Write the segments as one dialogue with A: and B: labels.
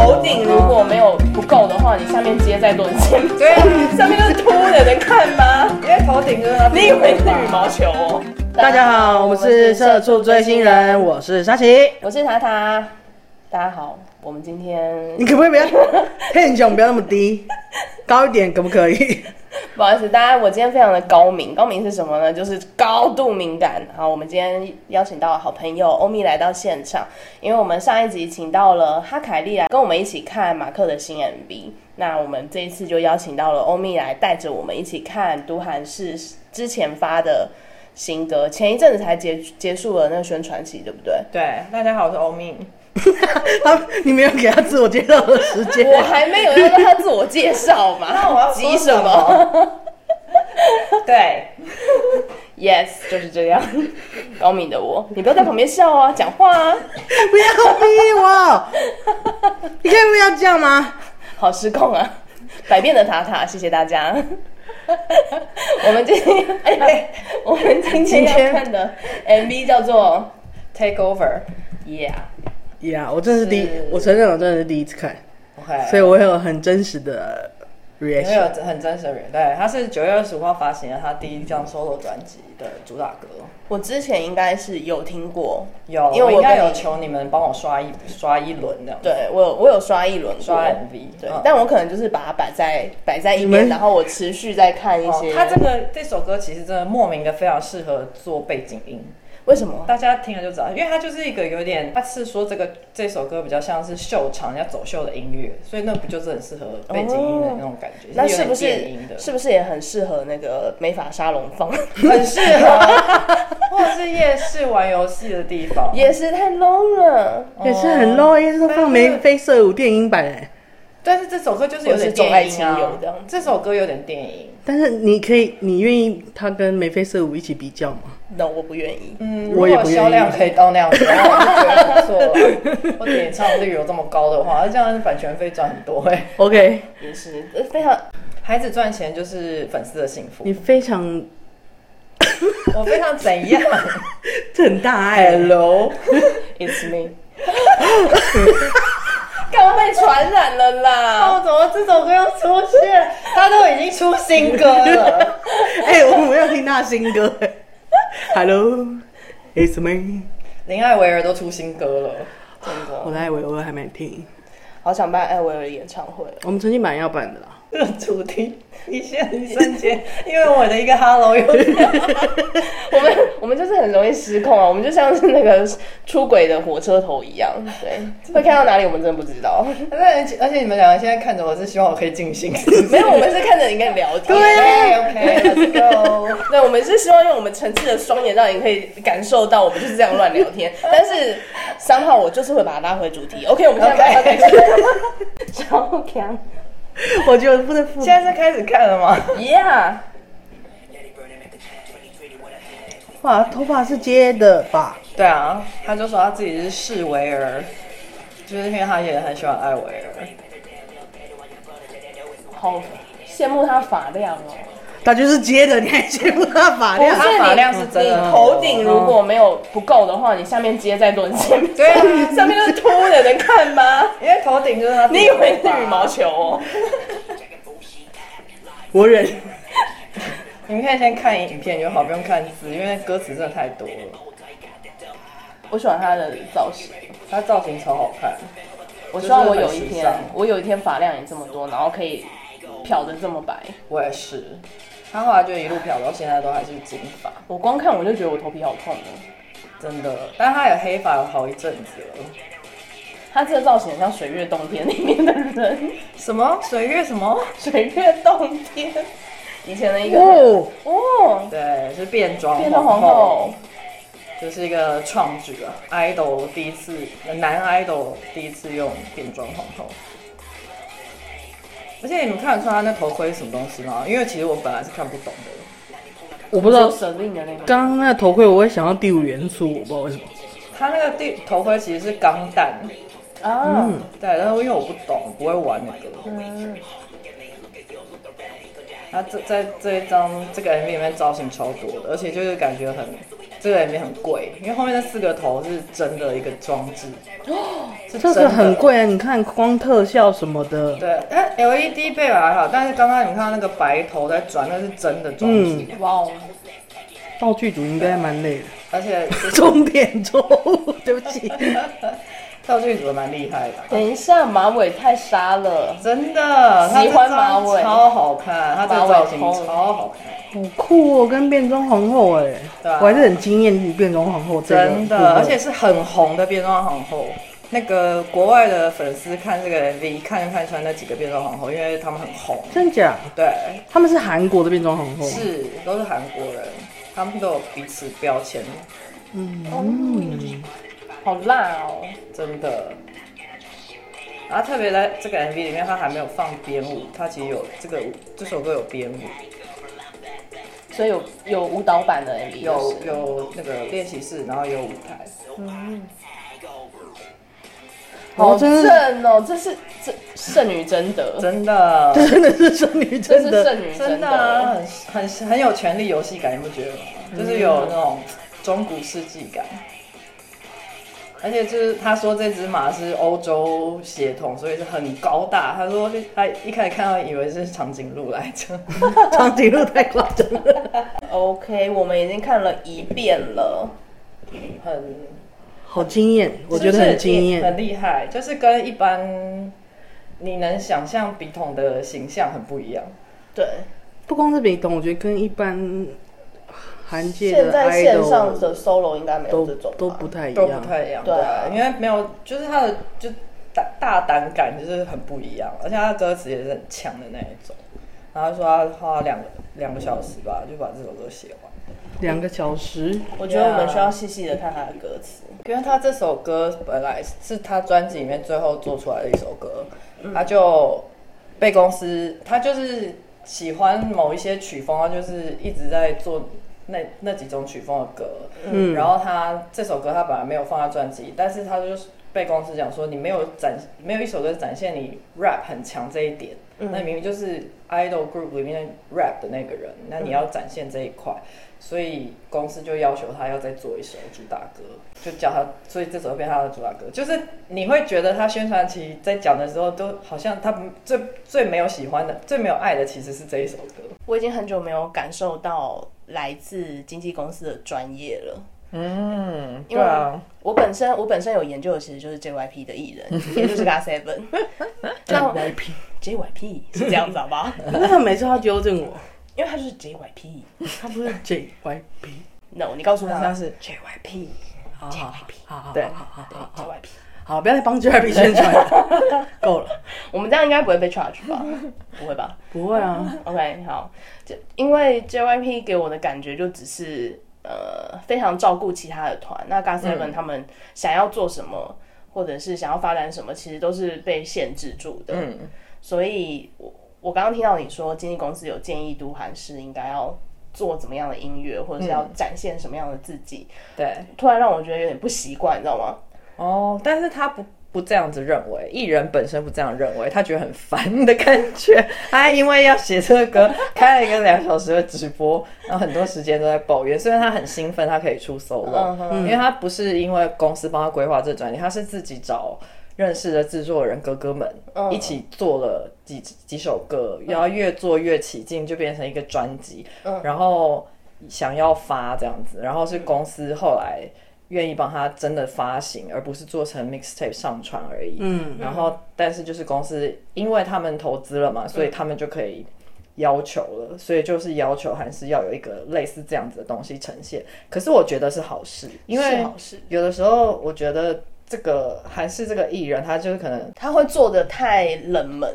A: 头顶如果没有不够的话，你下面接再多，你接不
B: 对啊，
A: 上面都是秃的，能看吗？
B: 因为头顶就是它
A: 你以为是羽毛球哦？
C: 大家好，我们是社畜追星人，我是沙琪。
A: 我是塔塔，大家好，我们今天
C: 你可不可以不要天雄不要那么低，高一点可不可以？
A: 不好意思，大家，我今天非常的高明，高明是什么呢？就是高度敏感。好，我们今天邀请到好朋友欧米来到现场，因为我们上一集请到了哈凯利来跟我们一起看马克的新 MV，那我们这一次就邀请到了欧米来带着我们一起看都韩市之前发的新歌，前一阵子才结结束了那个宣传期，对不对？
B: 对，大家好，我是欧米。
C: 他你没有给他自我介绍的时 间，
A: 我还没有要让他自我介绍嘛，
B: 那我要说
A: 急什
B: 什
A: 么
B: 对，
A: ？Yes，就是这样，高明的我，你不要在旁边笑啊，讲话啊。
C: 不要逼我，你可以不要这样吗？
A: 好失控啊！百变的塔塔，谢谢大家。 我们今天，哎呀， 我们今天要看的 MV 叫做
B: take over。
A: 《Yeah
C: 呀、我真的是第一
B: 是，
C: 我承认我真的是第一次看，
B: OK，
C: 所以我会有很真实的
B: 有没有
C: reaction。
B: 很真实的人？对，他是九月二十五号发行的他第一张 solo 专辑的主打歌。》。
A: 我之前应该是有听过，
B: 有，
A: 因为
B: 我
A: 我
B: 应该
A: 跟
B: 有
A: 你
B: 求你们帮我刷一刷一轮这样。，
A: 对我有我有刷一轮过
B: 刷 MV
A: 对
B: 嗯，
A: 但我可能就是把它摆在摆在一
C: 你
A: 边，
C: 们
A: 然后我持续在看一
B: 哦
A: 些。
B: 他这个这首歌其实真的莫名的非常适合做背景音，
A: 为什么？
B: 大家听了就知道，因为它就是一个有点，他是说这个这首歌比较像是秀场要走秀的音乐，所以那不就是很适合背景音的那种感觉？
A: 那
B: 是
A: 是
B: 有
A: 不
B: 点电音
A: 是
B: 的？
A: 是不是也很适合那个美发沙龙放？
B: 很适合，或者是夜市玩游戏的地 方。
A: 也是太 low 了。
C: 也是很 low，也是都放眉
B: 但是
C: 飞色舞电影版哎，
B: 但是这首歌就是有点
A: 或
B: 电
A: 是
B: 音
A: 重爱
B: 啊
A: 亲友这样，
B: 这首歌有点电音。
C: 但是你可以，你愿意他跟眉飞色舞一起比较吗？
A: No，我不愿意。
B: 嗯，如
C: 我也
B: 果
C: 不愿意
B: 销量可以到那样子，那我就觉得不错了。我点唱率有这么高的话，那这样版权费赚很多哎、
C: OK，
A: 也是呃非常
B: 孩子赚钱就是粉丝的幸福
C: 你。非常
B: 我非常怎样
C: 这很大爱、
B: ？Hello，
A: It's me 。干嘛被传染了
B: 那
A: 啦？
B: 哦我怎么这首歌又出现？他都已经出新歌了，
C: 哎、我们要听他的新 歌、哎 Hello，It's me。
B: 林艾薇儿都出新歌了，
A: 真
C: 我
A: 的，
C: 的艾薇儿还没听，
A: 好想办艾薇儿演唱会。
C: 我们曾经蛮要办的啦。
B: 这个主题一下一瞬间， 因为我的一个 Hello 又
A: 我们我们就是很容易失控啊，我们就像是那个出轨的火车头一样，对， 会看到哪里我们真的不知 道。
B: 而且而且你们两个现在看着我是希望我可以尽兴。
A: 没有，我们是看着你跟你聊天。
B: OK，Let's go。
A: 对，我们是希望用我们诚挚的双眼，让你可以感受到我们就是这样乱聊 天。但是三号我就是会把它拉回主题。OK，我们现在马上开始。超强
C: 我觉得不能负
B: 现在是开始看了吗？
A: ，Yeah。
C: 哇，头发是接的吧？
B: 对啊，他就说他自己是示威儿，就是因为他也很喜欢艾薇儿。
A: 好羡慕他发量哦。
C: 他就是接的，你还接不到发
A: 不
C: 量？
B: 他发量是真的
A: 你
B: 很
A: 头顶如果没有不够的话，你下面接再多，你前面
B: 对 啊
A: 上面都是秃的，能看 吗？
B: 因为头顶就是他。
A: 你以为是羽毛？球哦？
C: 我忍，
B: 你们可以先看影片就好，不用看字，因为歌词真的太多了。
A: 我喜欢他的造型，
B: 他造型超好看，
A: 我希望我有一
B: 就是很时
A: 天
B: 尚，
A: 我有一天发量也这么多，然后可以漂的这么白。
B: 我也是。他后来就一路漂到现在都还是金发，
A: 我光看我就觉得我头皮好痛哦的。
B: 真的。但他有黑发有好一阵子了。
A: 他这个造型很像《水月洞天》里面的人，
B: 什么水月什么？
A: 《水月洞天》以前的一个
C: 哦，
A: 哦，
B: 对，是变装
A: 变成皇后。
B: 就是一个创举啊，idol 第一次，男 idol 第一次用变装皇后。而且你们看得出他那头盔是什么东西吗？因为其实我本来是看不懂的。
C: 我不知
A: 就
C: 道。
A: 舍令的那个。
C: 刚刚那个头盔，我会想到第五元素，我不知道为什么。
B: 他那个地头盔其实是钢弹，
A: 啊，
C: 嗯
B: 对，然后因为我不懂，不会玩那个。他这在这一张这个 MV 里面造型超多的，而且就是感觉很这个也没很贵，因为后面那四个头是真的一个装置，
C: 这
B: 是真
C: 个
B: 的
C: 很。贵啊！你看光特效什么的，
B: 对，但 E LED 贝尔还好，但是刚刚你看到那个白头在转，那是真的装置，
C: 嗯
A: 哇哦，
C: 道具组应该蛮累的。
B: 而且
C: 重点错误，对不起。
B: 道具组蛮厉害的。
A: 等一下，马尾太沙了，
B: 真的，它
A: 喜欢马尾
B: 这张超好看，它这个造型
A: 马尾头
B: 超好看，
C: 好酷哦，跟变装皇后哎、
B: 对啊
C: 我还是很惊艳于变装皇后这个部分
B: 真的，而且是很红的变装皇后。那个国外的粉丝看这个 MV，一看就看出来那几个变装皇后，因为他们很红。
C: 真假，
B: 对，
C: 他们是韩国的变装皇后吗，
B: 是都是韩国人，他们都有彼此标签，
C: 嗯
A: 好辣哦！
B: 真的。然后特别在这个 MV 里面，他还没有放编舞，他其实有这个舞这首歌有编舞，
A: 所以有有舞蹈版的 MV，就
B: 有
A: 是
B: 有那个练习室，然后有舞台。
A: 好
C: 哦真的
A: 正哦，这是这剩女真德，
B: 真的，
C: 真的是剩女，
A: 这
C: 真
A: 是
C: 的
A: 剩女
B: 真
A: 真
B: 的嗯啊很很很有权力游戏感，你不觉得吗？就是有那种中古世纪感，而且就是他说这只马是欧洲血统，所以是很高大。他说他一开始看到以为是长颈鹿来着，
C: 长颈鹿太夸张了，
A: OK，我们已经看了一遍了，
B: 很
C: 好惊艳，我觉得很惊
B: 是不是
C: 艳，
B: 很厉害，就是跟一般你能想象笔筒的形象很不一样。
A: 对，
C: 不光是比懂，我觉得跟一般韩界
A: 现
C: 的
A: 在线上
C: idol
A: 的 solo 应该没有
C: 都
A: 这种吧
C: 都不太一
B: 都不
C: 样，
B: 太一样，
A: 对
B: 对
A: 啊
B: 啊，因为没有，就是他的就大大胆感就是很不一样，而且他的歌词也是很强的那一种。然后他说他花两个两个小时吧，就把这首歌写完，
C: 两个小时，
A: 我觉得我们需要细细的看他的歌词。
B: 因为他这首歌本来是他专辑里面最后做出来的一首歌，他就被公司，他就是喜欢某一些曲风，他就是一直在做那那几种曲风的歌。嗯，然后他这首歌他本来没有放在专辑，但是他就是被公司讲说你没有展，没有一首歌展现你 rap 很强这一点。那你明明就是 idol group 里面 rap 的那个人，那你要展现这一块，所以公司就要求他要再做一首主打歌，就叫他，所以这首变他的主打歌，就是你会觉得他宣传期在讲的时候，都好像他不最最没有喜欢的、最没有爱的其实是这一首歌。
A: 我已经很久没有感受到来自经纪公司的专业了。
B: 嗯，
A: 因为
C: 啊
A: 我本身我本身有研究的其实就是 JYP 的 艺人，也就是 GOT7。那我
C: JYP
A: JYP 是这样子好不 好？
C: 为什么每次他纠正我？
A: 因为他就是 JYP。
C: 他不是 JYP，
A: No，你告诉
C: 他
A: 他
C: 是
A: JYP
C: 好好好好好，
A: 对
C: 好好好好
A: JYP。
C: 好，不要再帮 JYP 宣传了，够了，
A: 我们这样应该不会被 charge 吧？不会吧？
C: 不会啊。
A: OK，好，就因为 JYP 给我的感觉就只是呃非常照顾其他的团，那 GOT7 他们想要做什么、或者是想要发展什么，其实都是被限制住的。
B: 嗯，
A: 所以我我刚刚听到你说经纪公司有建议都韩是应该要做怎么样的音乐，或者是要展现什么样的自己，
B: 对，
A: 突然让我觉得有点不习惯，你知道吗？
B: 哦，但是他不。不这样子认为，艺人本身不这样认为，他觉得很烦的感觉。他因为要写这个歌，开了一个两小时的直播，然后很多时间都在抱怨。虽然他很兴奋，他可以出 solo，、
A: 嗯哼
B: 因为他不是因为公司帮他规划这专辑，他是自己找认识的制作人哥哥们、一起做了几几首歌，然后越做越起劲，就变成一个专辑，然后想要发这样子，然后是公司后来。愿意帮他真的发行，而不是做成 mixtape 上传而已。嗯，然后但是就是公司，因为他们投资了嘛，所以他们就可以要求了，所以就是要求还是要有一个类似这样子的东西呈现。可是我觉得是好事，因
A: 是
B: 为
A: 好事，
B: 有的时候我觉得这个还是这个艺人，他就是可能
A: 他会做的太冷门，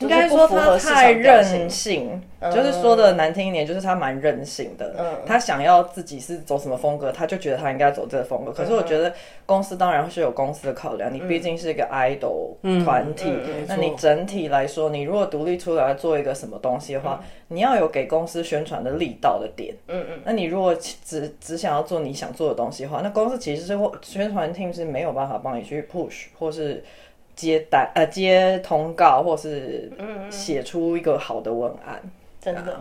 B: 应该
A: 就是
B: 说
A: 不符合
B: 他
A: 市场
B: 太
A: 调性嗯
B: 任性，嗯就是说的难听一点，就是他蛮任性的。他想要自己是走什么风格，他就觉得他应该走这个风格。可是我觉得公司当然是有公司的考量，你毕竟是一个
C: 嗯
B: idol 团体，那你整体来说，你如果独立出来做一个什么东西的话，你要有给公司宣传的力道的点。嗯嗯。那你如果只只想要做你想做的东西的话，那公司其实是会宣传 team 是没有办法帮你去 push 或是。接单呃接通告，或是写出一个好的文案。
A: 真
C: 啊
A: 的，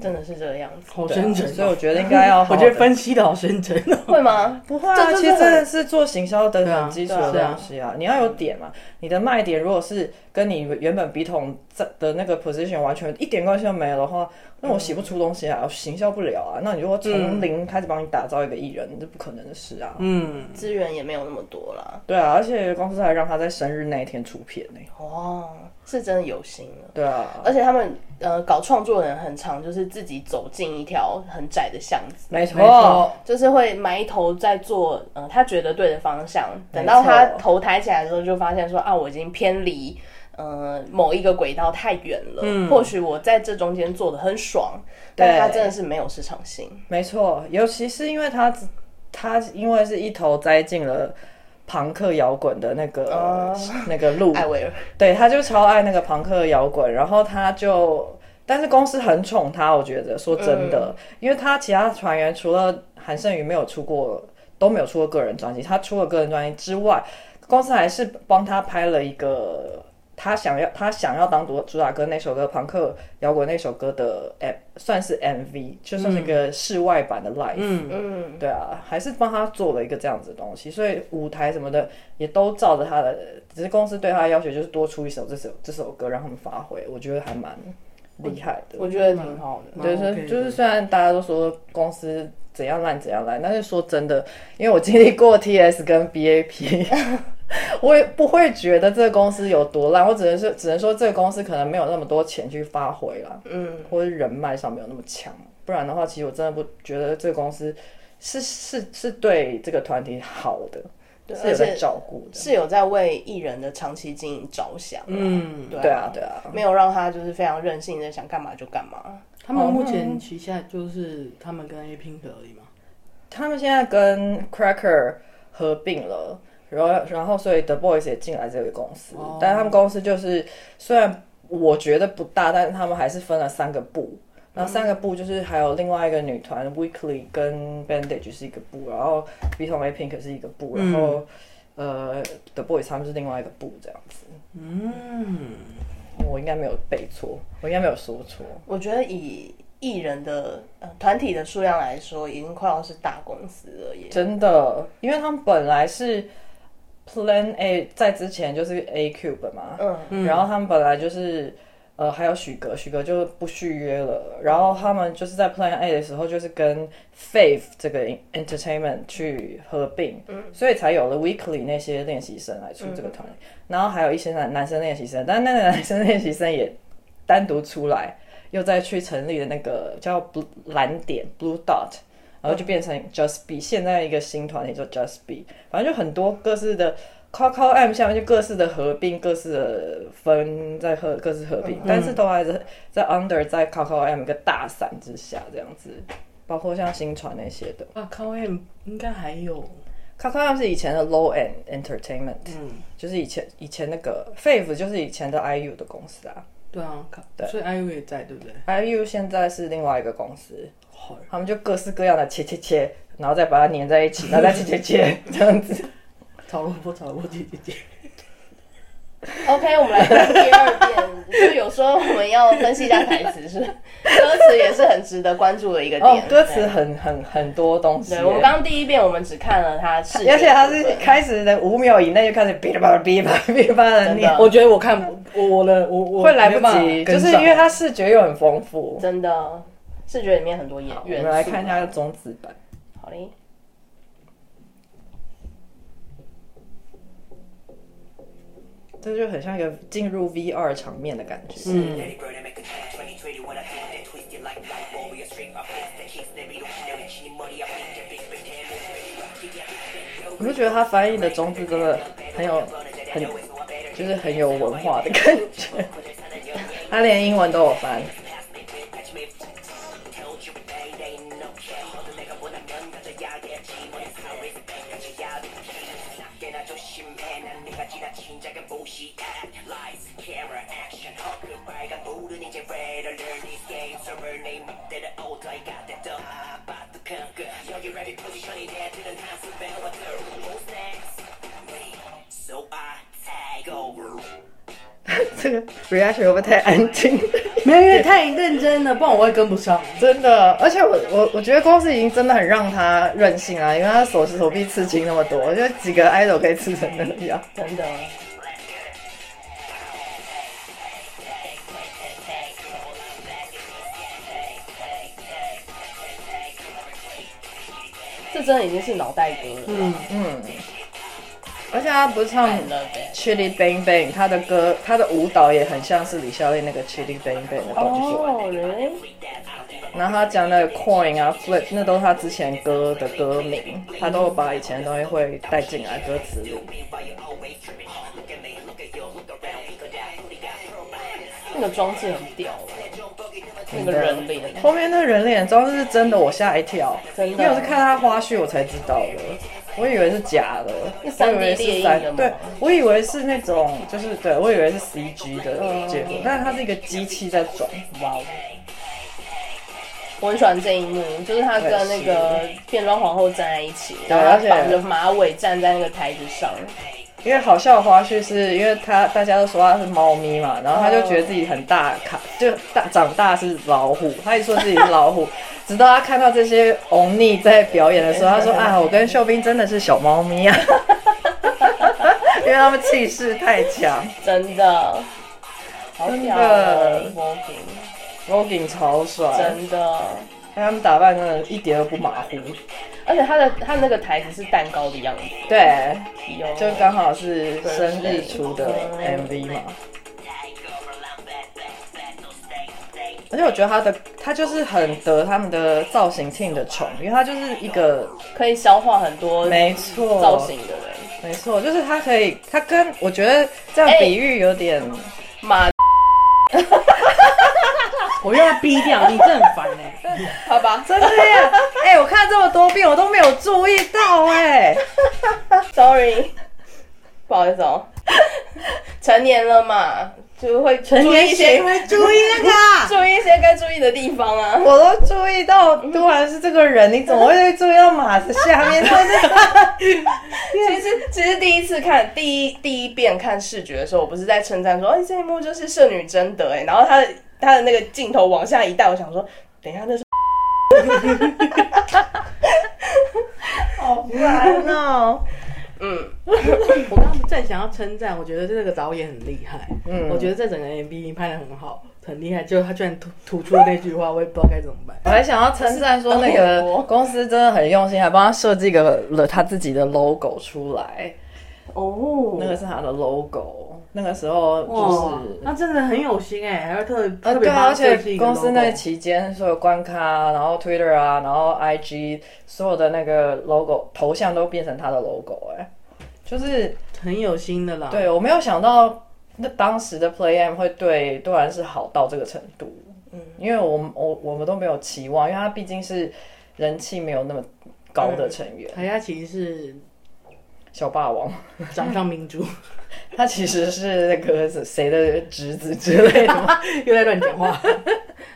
A: 真的是这个样子，
C: 好
B: 对
C: 深
B: 啊
C: 沉哦、
B: 所以我觉得应该 要好好
C: 我
B: 地，
C: 觉得分析的好深沉哦、
A: 会吗？
B: 不会啊，
A: 这就是
B: 其实
A: 很
B: 真的是做行销的
C: 对啊
B: 很基础的
C: 对啊
B: 东西啊，你要有点嘛，你的卖点如果是跟你原本笔筒在的那个 position 完全一点关系都没有的话，那我写不出东西啊，我行销不了啊，那你如果从零开始帮你打造一个艺人，这不可能的事啊。
C: 嗯，
A: 资源也没有那么多啦。
B: 对啊，而且公司还让他在生日那一天出片呢、
A: 哦，是真的有心了。
B: 对啊，
A: 而且他们呃搞创作的人很常就是自己走进一条很窄的巷子，
B: 没错
C: 没错
A: 就是会埋头在做呃他觉得对的方向，等到
B: 没错
A: 他头抬起来之后，就发现说啊我已经偏离呃某一个轨道太远了。或许我在这中间做的很爽，但
B: 嗯对
A: 他真的是没有市场性。
B: 没错，尤其是因为他他因为是一头栽进了朋克摇滚的那个、
A: 哦
B: 那个路，
A: 艾薇儿，
B: 对，他就超爱那个朋克摇滚，然后他就，但是公司很宠他，我觉得说真的，因为他其他团员除了韩胜宇没有出过，都没有出过个人专辑，他出了个人专辑之外，公司还是帮他拍了一个。他想要，他想要当主主打歌那首歌，朋克摇滚那首歌的 M 算是 MV，就算是一个室外版的 live，、
A: 嗯，
B: 对啊，还是帮他做了一个这样子的东西，所以舞台什么的也都照着他的，只是公司对他的要求就是多出一首这首这首歌让他们发挥，我觉得还蛮厉害的。
A: 我觉得挺好的。
B: 对，
C: 蛮
B: 所
C: OK 的
B: 以就是虽然大家都说公司怎样烂怎样烂，但是说真的，因为我经历过 TS 跟 BAP，我也不会觉得这个公司有多烂，我只能是只能说这个公司可能没有那么多钱去发挥啦。
A: 嗯，
B: 或是人脉上没有那么强，不然的话，其实我真的不觉得这个公司是是是对这个团体好的，
A: 对，
B: 是
A: 而
B: 有在
A: 且
B: 照顾的。
A: 是有在为艺人的长期经营着想。嗯，对
B: 对啊，对啊，
A: 没有让他就是非常任性的想干嘛就干嘛。
C: 他们目前旗下就是他们跟 A Pink 而已嘛。
B: 他们现在跟 Cracker 合并了。然后，然后，所以 The Boys 也进来这个公司，
C: 哦
B: 但是他们公司就是虽然我觉得不大，但是他们还是分了三个部，然后三个部就是还有另外一个女团 Weekly 跟 Bandage 是一个部，然后 B 同 A Pink 是一个部，然后、呃 The Boys 他们是另外一个部这样子。
C: 嗯，
B: 我应该没有背错，我应该没有说错。
A: 我觉得以艺人的呃团体的数量来说，已经快要是大公司了耶。
B: 真的，因为他们本来是 Plan A，在之前就是 A Cube 嘛，
A: 嗯，
B: 然后他们本来就是呃还有许格，许格就不续约了，然后他们就是在 Plan A 的时候就是跟 Fave 这个 Entertainment 去合并，所以才有了 Weekly 那些练习生来出这个团体，然后还有一些男男生练习生，但是那个男生练习生也单独出来，又再去成立了那个叫 Blue 蓝点 Blue Dot。然后就变成 Just Be，现在一个新团体叫 Just Be，反正就很多各式的 Coco M 下面就各式的合并，各式的分在合各式合并，
A: 嗯
B: 但是都还是在 Under 在 Coco M 一个大伞之下这样子，包括像新传那些的
C: 啊，康 M 应该还有，
B: ，Coco M 是以前的 Low End Entertainment，、
C: 嗯，
B: 就是以前以前那个 Fave 就是以前的 IU 的公司啊
C: 对啊，康
B: 对
C: 所以 IU 也在，对不对？
B: ，IU 现在是另外一个公司，
C: 好，
B: 他们就各式各样的切切切，然后再把它粘在一起，然后再切切切这样子。
C: 炒萝卜，炒萝卜，姐姐姐。
A: OK，我们来看第二遍。就有时候我们要分析一下台词，是歌词也是很值得关注的一个
B: 哦
A: 点。，
B: 歌词很很很多东西耶。
A: 对，我们刚刚第一遍我们只看了他视觉，
B: 而且他是开始的五秒以内就开始哔哩吧啦哔哩吧啦哔哩吧啦的
A: 真
B: 念
A: 的，
C: 我觉得我看我我的我我
B: 会来不
C: 没办法
B: 及，就
C: 跟
B: 是
C: 上
B: 因为他视觉又很丰富。
A: 真的视觉里面很多演
B: 好我
A: 元
B: 们
A: 素。
B: 来看一下中字版，
A: 好嘞。
B: 这就很像一个进入 VR 场面的感觉。
C: 嗯
D: Daddy bird, I make a catch. 2020, what I think, they twist it like light bulb. We a string of hits, the hits, they be the shit, they be money, I think, they big, big, damn, big, big, big, yeah, big, bro.
B: 我就觉得他翻译的中字真的很有很，就是很有文化的感觉。 他连英文都有翻。
D: So I take over.
B: 这个 reaction 会不会太安静？
C: 没有，因为太认真了，不然我会跟不上。
B: 真的，而且我我我觉得公司已经真的很让他任性啊，因为他手手臂刺青那么多，就几个 idol 可以刺成那样。
A: 真的。这真的已经是脑袋歌了，嗯，
B: 而且他不是唱
A: 了呗。
B: Chili Bang Bang，他的歌他的舞蹈也很像是李孝利那个 Chili Bang Bang 的动作。
A: 哦，really？
B: 然后他讲的 Coin 啊 Flip 那都是他之前歌的歌名，他都把以前的东西会带进来歌词里。
A: 那个装置很屌，啊那个人脸，
B: 后面那人脸装是真的，我吓一跳，
A: 真
B: 因
A: 的
B: 为我是看他花絮我才知道的，我以为是假的，
A: 那
B: 我以
A: 3D
B: 为
A: 列
B: 是
A: 印
B: 三
A: 的，吗
B: 对我以为是那种就是对我以为是 CG 的
A: 嗯
B: 结果，但是它是一个机器在转，
A: 哇哦！我很喜欢这一幕，就是他跟那个变装皇后站在一起，然后
B: 对而
A: 他
B: 且
A: 绑着马尾站在那个台子上，
B: 因为好笑的花絮是因为他大家都说他是猫咪嘛，然后他就觉得自己很大卡，就大长大是老虎，他一说自己是老 虎，直到他看到这些欧尼在表演的时候， 他说啊，我跟秀斌真的是小猫咪啊， 因为他们气势太强
A: 真的，好屌哦
B: 真的
A: v o
B: ，voguing 超帅，
A: 真的。
B: 他们打扮真的一点都不马虎，
A: 而且他的他那个台子是蛋糕的样子，
B: 对，
A: 有
B: 就刚好是生日出的 MV 嘛。而且我觉得他的他就是很得他们的造型 team 的宠，因为他就是一个
A: 可以消化很多
B: 没错
A: 造型的人。
B: 没错，就是他可以，他跟我觉得这样比喻有点，
A: 马
C: 我让他逼掉，你这很烦 哎、
A: 好吧，
B: 真的 耶！哎、我看这么多遍，我都没有注意到 哎、
A: sorry，不好意思 哦，成年了嘛，就会成
C: 你谁会注意那个啊？
A: 注意一些该注意的地方啊。
B: 我都注意到，突然是这个人，你怎么会注意到马子下 面？他是
A: 其实 其实第一次看第一第一遍看视觉的时候，我不是在称赞说，哎、这一幕就是圣女贞德哎、然后他的他的那个镜头往下一带，我想说，等一下那是
B: 好烦哦、
A: 嗯，
C: 我刚刚正想要称赞，我觉得这个导演很厉害，
B: 嗯
C: 我觉得这整个 MV 拍的很好，很厉害。结果他居然突突出了那句话，我也不知道该怎么办。
B: 我还想要称赞说，那 个
C: 哦
B: 公司真的很用心，还帮他设计个了他自己的 logo 出来，
A: 哦
B: 那个是他的 logo。那个时候
C: 哇，
B: 就是，
C: 那真的很有心哎、还会特
B: 呃，
C: 特
B: 对
C: 别
B: 啊，
C: 帮
B: 而
C: 他设计
B: 且
C: 一个
B: 公
C: logo。
B: 司那期间所有关卡啊，然后 Twitter 啊，然后 IG 所有的那个 logo 头像都变成他的 logo，哎、就是
C: 很有心的啦。，
B: 对我没有想到，那当时的 Play M 会对杜兰是好到这个程度，嗯，因为我们我我们都没有期望，因为他毕竟是人气没有那么高
C: 嗯
B: 的成员，
C: 台下其 实
B: 小霸王，
C: 是掌上明 珠，
B: 他其实是那个谁的侄子之类的嘛，
C: 又在乱讲 话。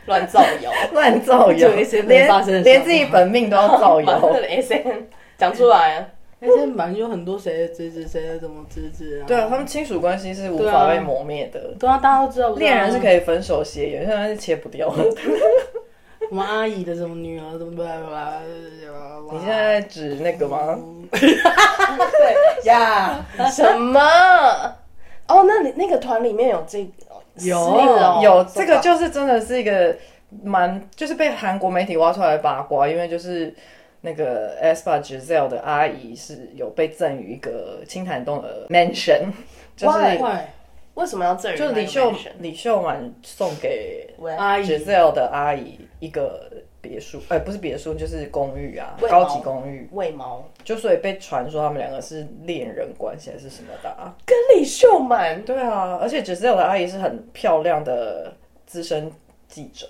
A: 乱造谣，
B: 乱造谣
C: 做一些，没
B: 连
C: 发生的事
B: 连自己本命都要 造
A: 马
B: 谣。
A: S N 哎讲出来啊，
C: 那哎现在反正有很多谁的侄子，谁的怎么侄子啊？
B: 对啊，他们亲属关系是无
C: 对
B: 法
C: 啊
B: 被磨灭的。
C: 对啊，大家都知道。
B: 恋人是
C: 以。
B: 可以分手协议，有些人是切不掉的。
C: 我们阿姨的什么女儿，怎么巴拉巴拉巴拉。
B: 你现在指那个吗？
C: 呀？
A: 什么？哦，那你那个团里面有这个
C: 有
A: 是那个哦
B: 有
A: 是吧
B: 这个就是真的是一个蛮就是被韩国媒体挖出来的八卦，因为就是那个 Aspa Giselle 的阿姨是有被赠予一个青潭洞的 mansion，就是
C: 快！
A: 为什么要这里？
B: 就李秀啊李秀满送给
A: 喂
C: 阿姨
B: Giselle 的阿姨一个别墅，呃，不是别墅，就是公寓啊，
A: 为
B: 高
A: 毛
B: 级公寓，
A: 喂毛
B: 就所以被传说他们两个是恋人关系还是什么的、啊。
A: 跟李秀满
B: 对啊，而且 Giselle 的阿姨是很漂亮的资深记者。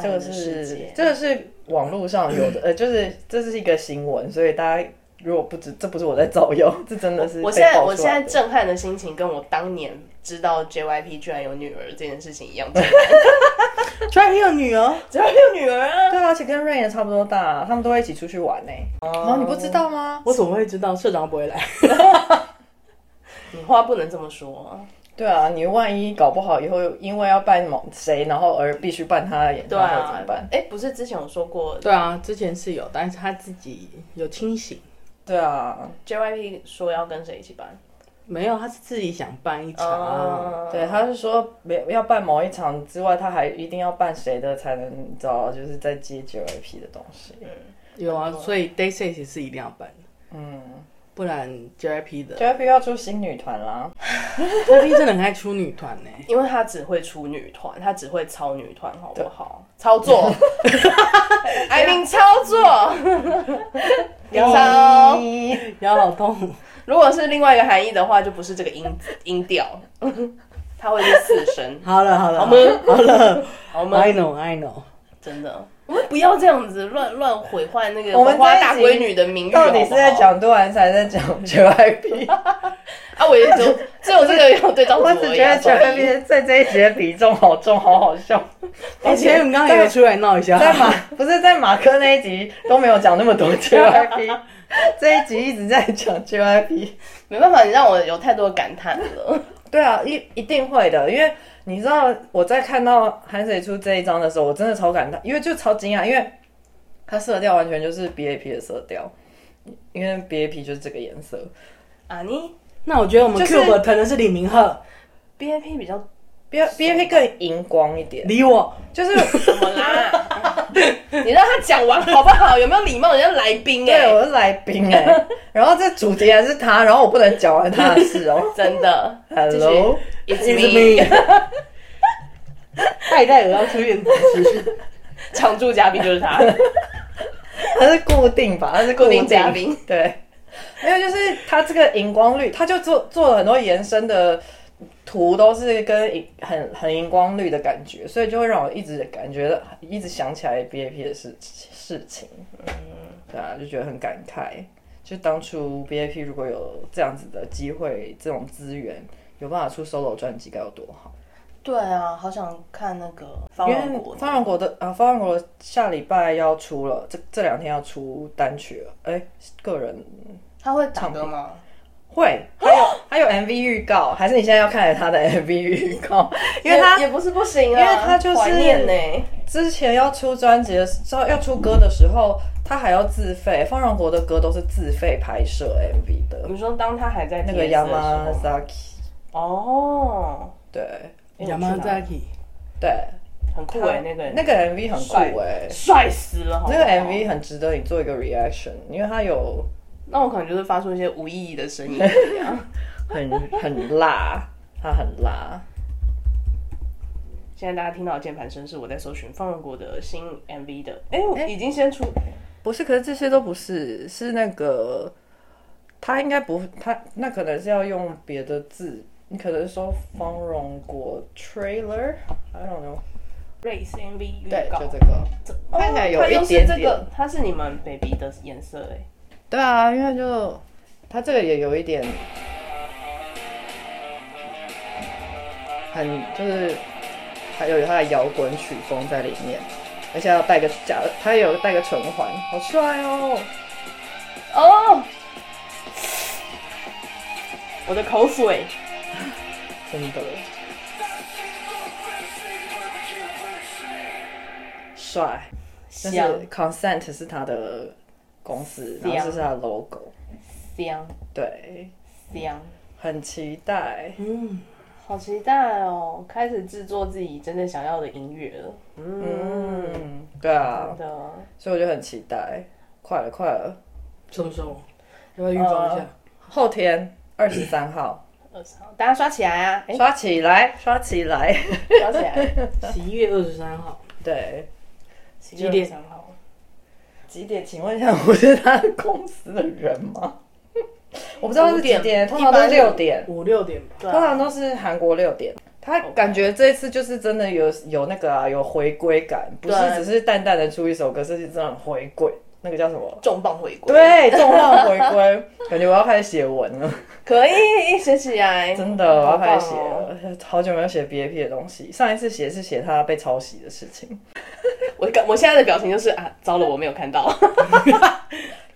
B: 这个是这个是网络上有的，呃，就是这是一个新闻，所以大家如果不知，这不是我在造谣，这真的是
A: 我
B: 被
A: 现在
B: 爆
A: 我
B: 出
A: 现
B: 来
A: 在
B: 的
A: 震撼的心情，跟我当年知道 JYP 居然有女儿这件事情一样震撼，
C: 居然有女儿，
A: 居然有女儿啊！
B: 对啊，而且跟 Rain 也差不多大，他们都会一起出去玩呢、哦，你不知道吗？
C: 我怎么会知道社长不会来？
A: 你话不能这么说啊，
B: 对啊，你万一搞不好以后因为要办某谁，然后而必须办他的演
A: 对
B: 唱会怎
A: 啊
B: 么办，？
A: 哎、不是之前有说过
C: 对啊，之前是有，但是他自己有清醒，
B: 对啊，
A: JYP 说要跟谁一起办？
C: 没有，他是自己想办一场啊。
A: 哦，
B: 对，他是说没要办某一场之外，他还一定要办谁的才能你知道，就是在接 JYP 的东西。
A: 嗯
C: 有啊，所以 Day Six 是一定要办的，
B: 嗯
C: 不然 JYP 的
B: ，JYP 要出新女团啦，
C: JYP 真的很爱出女团呢、
A: 因为他只会出女团，他只会操女团，好不好？操作，I mean 操作，操。
C: 摇老痛，
A: 如果是另外一个含义的话，就不是这个音音调， 它会是四声。
C: 好了好了，
A: 好闷，
C: 好了
A: 好闷，
B: 哎
C: ，I know I know，
A: 真的，我们不要这样子乱乱毁坏那个
B: 我们
A: 黄花
B: 这一
A: 大
B: 集
A: 闺女的名誉。
B: 到底是在
A: 好不好
B: 讲杜兰才在讲 JYP？
A: 啊？我也只有只有这个有对照组
B: 我
A: 而已啊。
B: 只觉得
A: 所以
B: JYP 在这一集的比重好重，好好 笑。
C: 哎，前面刚刚有出来闹一下，
B: 在马 不是在马克那一集都没有讲那么多 JYP，这一集一直在讲 JYP。
A: 没办法，你让我有太多的感叹了。
B: 对啊，一一定会的，因为你知道我在看到韩水出这一张的时候，我真的超感叹，因为就超惊讶，因为它色调完全就是 BAP 的色调，因为 BAP 就是这个颜色。
A: 啊，你
C: 那我觉得我们
B: 就是
C: Cube 疼的是李明赫，
A: B A P 比较
B: B BAP 更荧光一点，
C: 理我，
B: 就是
A: 怎么啦？ 你让他讲完好不好？有没有礼貌？人家来宾哎、。
B: 对我是来宾哎、然后这主题还是他，然后我不能讲完他的事哦
A: 真的。 继续
B: Hello，
A: It's me，
C: 代代也要出现此 时，
A: 常驻嘉宾就是他。
B: 他是固定吧？他是固
A: 固定嘉宾，
B: 对，没有就是他这个荧光绿，他就做做了很多延伸的图，都是跟荧很很荧光绿的感觉，所以就会让我一直感觉到，一直想起来 BAP 的事事情，
A: 嗯
B: 对啊，就觉得很感慨。就当初 BAP 如果有这样子的机会，这种资源，有办法出 solo 专辑该有多好。
A: 对啊，好想看那个方
B: 因
A: 文
B: 为
A: 国。
B: 方文国的啊，方文国下礼拜要出了，这这两天要出单曲了。哎、个人
A: 他会打歌吗？
B: 会，还有还有 MV 预告，还是你现在要看他的 MV 预告？因为他
A: 也也不是不行啊，
B: 因为他就是
A: 怀念呢、
B: 之前要出专辑的时候，要出歌的时候，他还要自费。方文国的歌都是自费拍摄 MV 的，
A: 你说当他还在
B: 那
A: 那
B: 个
A: 吗？
B: Yamazaki，
A: 哦，
B: 对
C: 亚麻扎基，
B: 对，
A: 很酷哎、那个
B: 那个 MV 很
A: 帅
B: 酷哎、
A: 帅死了好不
B: 那
A: 好
B: 个 MV 很值得你做一个 reaction，因为它有
A: 那我可能就是发出一些无意义的声音。
B: 很很辣，它很辣。
A: 现在大家听到的键盘声是我在搜寻方文国的新 MV 的，哎、我已经先出，
B: 不是，可是这些都不是，是那个他应该不，他那可能是要用别的字，你可能说方荣国 trailer，I don't know，
A: Race MV 预
B: 对，
A: 告
B: 就，这个，
A: 哦
B: 看起来有
A: 它又
B: 一点
A: 是这个
B: 点，
A: 它是你们 baby 的颜色哎、
B: 对啊，因为就他这个也有一点很就是还有他的摇滚曲风在里面，而且要带个假，他有带个唇环，好帅哦。
A: 哦，我的口水，
B: 真的。帅，但
A: 香
B: 是 Consent 是他的公司，然后这是啊他的 logo，
A: 香
B: 对，
A: 香，
B: 很期待。
C: 嗯，
A: 好期待哦！开始制作自己真正想要的音乐了，嗯，
B: 嗯，对啊
A: 真，的。
B: 所以我就很期待，快了，快了，
C: 什么时候？要不要预告一下？
B: 后天二十三号，
A: 呃二十号，大家刷起来 啊！哎、
B: 刷起来，刷起来，
A: 刷起来，
C: 十一月二十三号，
B: 对。
A: 几
C: 点
A: 三号？
B: 几点？请问一下，我是他的公司的人吗？ 我不知道是几
A: 五点
B: 点，通常都
A: 一般
B: 是
A: 是
B: 六点。
C: 五六点吧。
A: 对
B: 通常
A: 啊，
B: 都是韩国六点。他感觉这次就是真的有有那个啊，有回归感，不是
A: 对
B: 只是淡淡的出一首歌，是真的很回归，那个叫什么？
A: 重磅回归，，
B: 对，重磅回归，感觉我要开始写文了，
A: 可以写起来，
B: 真的，我
A: 好
B: 要
A: 棒
B: 开始写
A: 哦！
B: 了，好久没有写 BAP 的东西，上一次写是写他被抄袭的事情，
A: 我我现在的表情就是啊，糟了，我没有看到，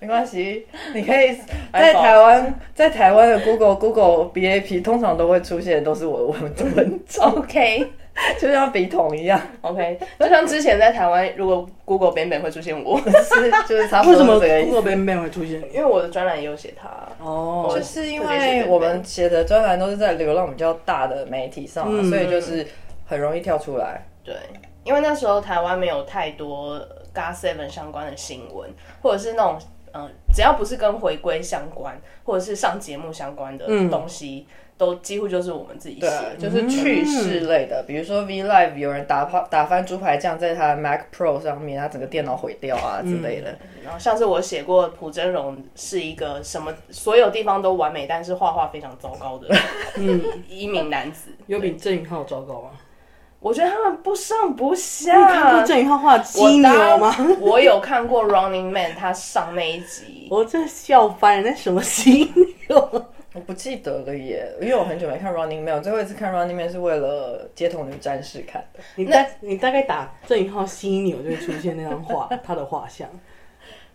B: 没关系，你可 以在台湾，在台湾的 Google Google B A P 通常都会出现的都是我的文的文章，
A: OK
B: 就像笔筒一样，
A: OK，就像之前在台湾，如果 Google 版本会出现我，
B: 是就是啊差不
C: 为什么
B: 多是这个意思。
C: Google 边边会出现？
A: 因为我的专栏也有写他。
C: 哦，
B: 就是因为 我们写的专栏都是在流浪比较大的媒体上嘛，
C: 嗯
B: 所以就是很容易跳出来。
A: 对，因为那时候台湾没有太多 GA Seven 相关的新闻，或者是那种嗯、呃只要不是跟回归相关，或者是上节目相关的
C: 嗯
A: 东西，都几乎就是我们自己写的。，
B: 对就是趣事类
A: 嗯
B: 的，比如说 V Live 有人打泡打翻猪排酱在他的 Mac Pro 上面，他整个电脑毁掉啊之类的。
A: 然后像是我写过朴真荣是一个什么所有地方都完美，但是画画非常糟糕 的一名男子。
C: 嗯有比郑宇浩糟糕吗？
A: 我觉得他们不上不下。啊
C: 你看过郑宇浩画的犀牛吗？
A: 我当？我有看过《Running Man》，他上那一集。
C: 我真的笑翻了，那什么犀牛？
B: 我不记得了耶，因为我很久没看 Running Man，我最后一次看 Running Man 是为了《街头女战士》看的。
C: 你大你大概打郑宇浩犀牛就会出现那张画，他的画像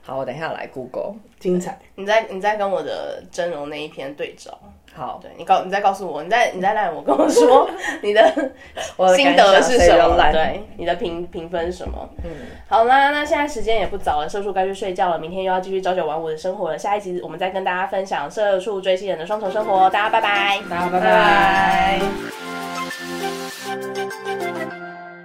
B: 好，我等一下来 Google。
C: 精彩。
A: 你在你在跟我的真容那一篇对照，
B: 好，
A: 对你告你再告诉我，你再你再来我跟我 说你的
B: 我的
A: 心得
B: 感想
A: 是
B: 谁
A: 什
B: 都
A: 么？
B: 懒
A: 对，你的评评分是什么？嗯，好啦，那现在时间也不早了，社畜该去睡觉了，明天又要继续朝九晚五的生活了。下一集我们再跟大家分享社畜追星人的双重生活哦，大家拜拜，
C: 大家拜
A: 拜。